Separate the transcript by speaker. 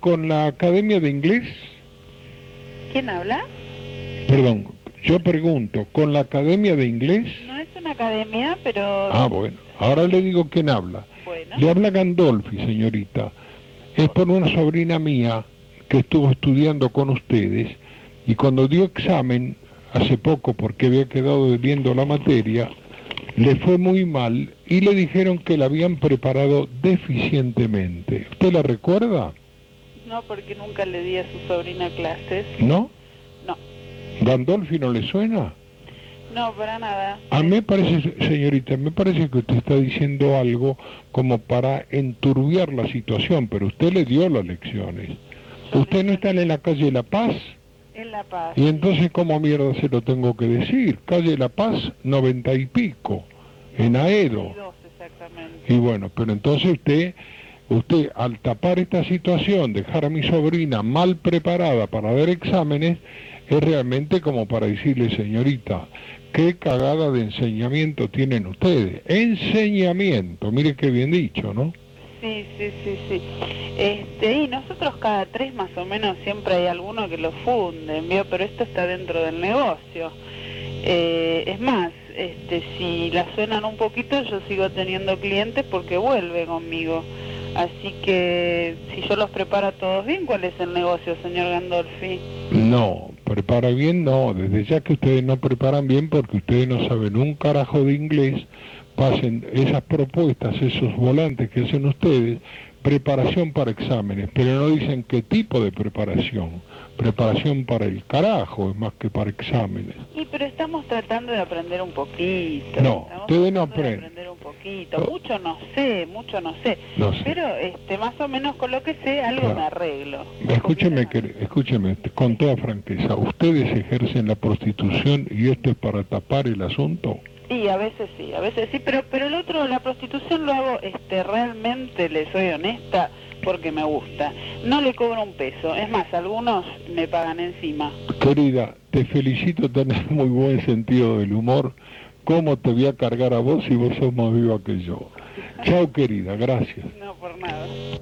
Speaker 1: con la Academia de Inglés?
Speaker 2: ¿Quién habla?
Speaker 1: Perdón, yo pregunto, ¿con la Academia de Inglés?
Speaker 2: No es una academia, pero...
Speaker 1: Ah, bueno, ahora le digo quién habla.
Speaker 2: Bueno.
Speaker 1: Le habla Gandolfi, señorita. Es por una sobrina mía que estuvo estudiando con ustedes y cuando dio examen hace poco porque había quedado debiendo la materia, le fue muy mal y le dijeron que la habían preparado deficientemente. ¿Usted la recuerda?
Speaker 2: No, porque nunca le di a su sobrina clases.
Speaker 1: ¿No?
Speaker 2: No,
Speaker 1: ¿Gandolfi no le suena?
Speaker 2: no, para nada.
Speaker 1: A mí me parece, señorita, me parece que usted está diciendo algo como para enturbiar la situación, pero usted le dio las lecciones. Usted no está en la calle La Paz
Speaker 2: En La Paz.
Speaker 1: y entonces cómo mierda se lo tengo que decir. Calle La Paz, noventa y pico, en Aedo.
Speaker 2: Dos, exactamente.
Speaker 1: Y bueno, pero entonces usted, usted al tapar esta situación, dejar a mi sobrina mal preparada para dar exámenes, es realmente como para decirle, señorita, qué cagada de enseñamiento tienen ustedes. Enseñamiento, mire qué bien dicho, ¿no?
Speaker 2: Sí, sí, sí, sí. Este, y nosotros cada tres más o menos siempre hay alguno que lo funden, ¿vio? Pero esto está dentro del negocio. Eh, es más, este, si la suenan un poquito, yo sigo teniendo clientes porque vuelve conmigo. Así que si yo los preparo a todos bien, ¿cuál es el negocio, señor Gandolfi?
Speaker 1: No, prepara bien, no. Desde ya que ustedes no preparan bien porque ustedes no saben un carajo de inglés, pasen esas propuestas, esos volantes que hacen ustedes, preparación para exámenes, pero no dicen qué tipo de preparación. Preparación para el carajo es más que para exámenes.
Speaker 2: Y pero estamos tratando de aprender un poquito.
Speaker 1: No,
Speaker 2: Estamos
Speaker 1: ustedes no
Speaker 2: tratando
Speaker 1: aprenden.
Speaker 2: De aprender un poquito.
Speaker 1: No.
Speaker 2: Mucho no sé, mucho no sé.
Speaker 1: No sé.
Speaker 2: Pero este, más o menos con lo que sé, algo
Speaker 1: Claro.
Speaker 2: me arreglo.
Speaker 1: Escúcheme, que- escúcheme, con toda franqueza, ¿ustedes ejercen la prostitución y esto es para tapar el asunto?
Speaker 2: Sí, a veces sí, a veces sí. Pero, pero el otro, la prostitución lo hago este, realmente, le soy honesta, porque me gusta. No le cobro un peso. Es más, algunos me pagan encima.
Speaker 1: Querida, te felicito tener muy buen sentido del humor. ¿Cómo te voy a cargar a vos si vos sos más viva que yo? Chao, querida, gracias.
Speaker 2: No por nada.